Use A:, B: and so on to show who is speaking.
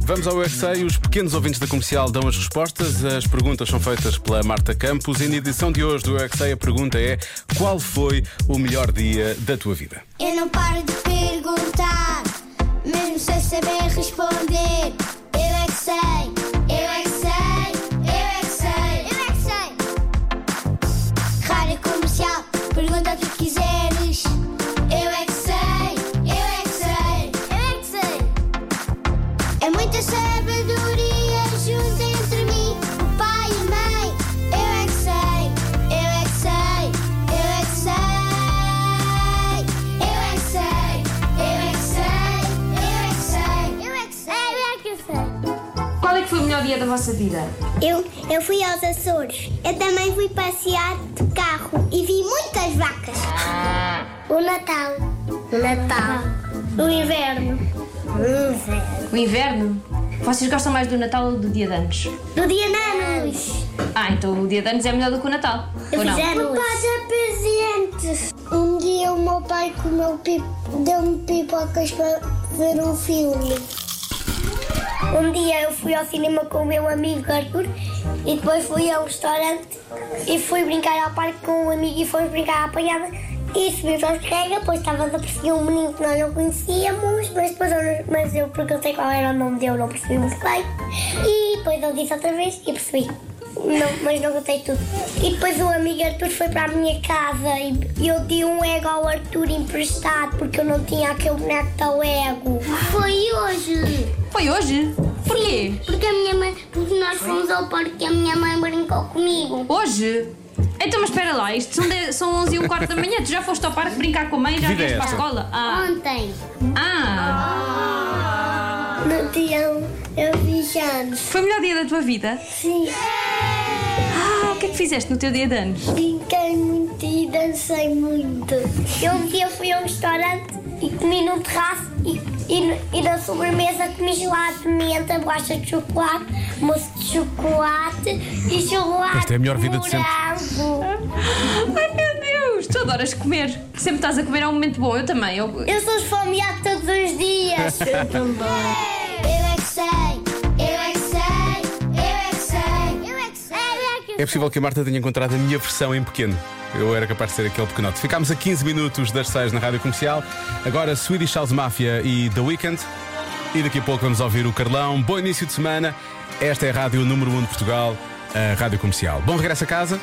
A: Vamos ao UXA os pequenos ouvintes da comercial dão as respostas. As perguntas são feitas pela Marta Campos e na edição de hoje do UXA a pergunta é: qual foi o melhor dia da tua vida?
B: Eu não paro de perguntar, mesmo sem saber responder. Eu é que sei, eu é que sei, eu é que sei, eu é que sei. Rádio comercial, pergunta o que quiseres. Eu é que sei, eu é que sei, eu é que sei. É muita sabedoria junto entre mim, o pai e a mãe. Eu é que sei, eu é que sei, eu é que sei. Eu é que sei, eu é que sei, eu é que sei, eu é que sei, eu é que sei.
C: Qual é que foi o melhor dia da vossa vida?
B: Eu, eu fui aos Açores. Eu também fui passear de carro e vi muitas vacas. O Natal. O Natal. O inverno. O inverno.
C: O inverno? Vocês gostam mais do Natal ou do dia de anos?
B: Do dia nanos.
C: Ah, então o dia de anos é melhor do que o Natal. ou não?
B: presentes. Um dia o meu pai comeu pip... deu-me pipocas para ver um filme. Um dia eu fui ao cinema com o meu amigo Arthur e depois fui a um restaurante e fui brincar ao parque com um amigo e fomos brincar à apanhada e subimos aos escorrega, depois estava a aparecer um menino que nós não conhecíamos, mas depois eu, mas eu perguntei qual era o nome dele, não percebi muito bem. E depois ele disse outra vez e percebi. Não, mas não contei tudo. E depois o amigo Arthur foi para a minha casa e eu dei um ego ao Arthur emprestado porque eu não tinha aquele boneco do ego. Foi hoje!
C: Foi hoje? Porquê?
B: Porque a minha mãe, porque nós fomos ao parque e a minha mãe brincou comigo.
C: Hoje? Então, mas espera lá, isto são, de, são 11 e um quarto da manhã, tu já foste ao parque brincar com a mãe, já
A: Vida é
C: vieste para a
A: essa?
C: escola? Ah,
B: Ontem,
C: ah,
B: no dia eu vi anos.
C: foi o melhor dia da tua vida?
B: Sim.
C: Ah, o que é que fizeste no teu dia de anos?
B: Brinquei muito e dancei muito. Eu um dia fui a um restaurante e comi num terraço e, e, e na sobremesa comi gelado de menta, bolacha de chocolate, moço de chocolate e chocolate.
A: Esta é a melhor vida de sempre.
B: morango.
C: Ai meu Deus, tu adoras comer. Sempre estás a comer, é um momento bom, eu também. Eu...
B: Eu sou esfomeado todos os dias. Eu é que sei, eu é que sei, eu é que sei, eu é que sei, eu é que
A: É possível que a Marta tenha encontrado a minha versão em pequeno. Eu era capaz de ser aquele pequenote. Ficámos a 15 minutos das 6 na rádio comercial. Agora Swedish House Mafia e The Weeknd. E daqui a pouco vamos ouvir o Um Carlão. Bom início de semana. Esta é a rádio número 1 de Portugal, a rádio comercial. Bom regresso a casa.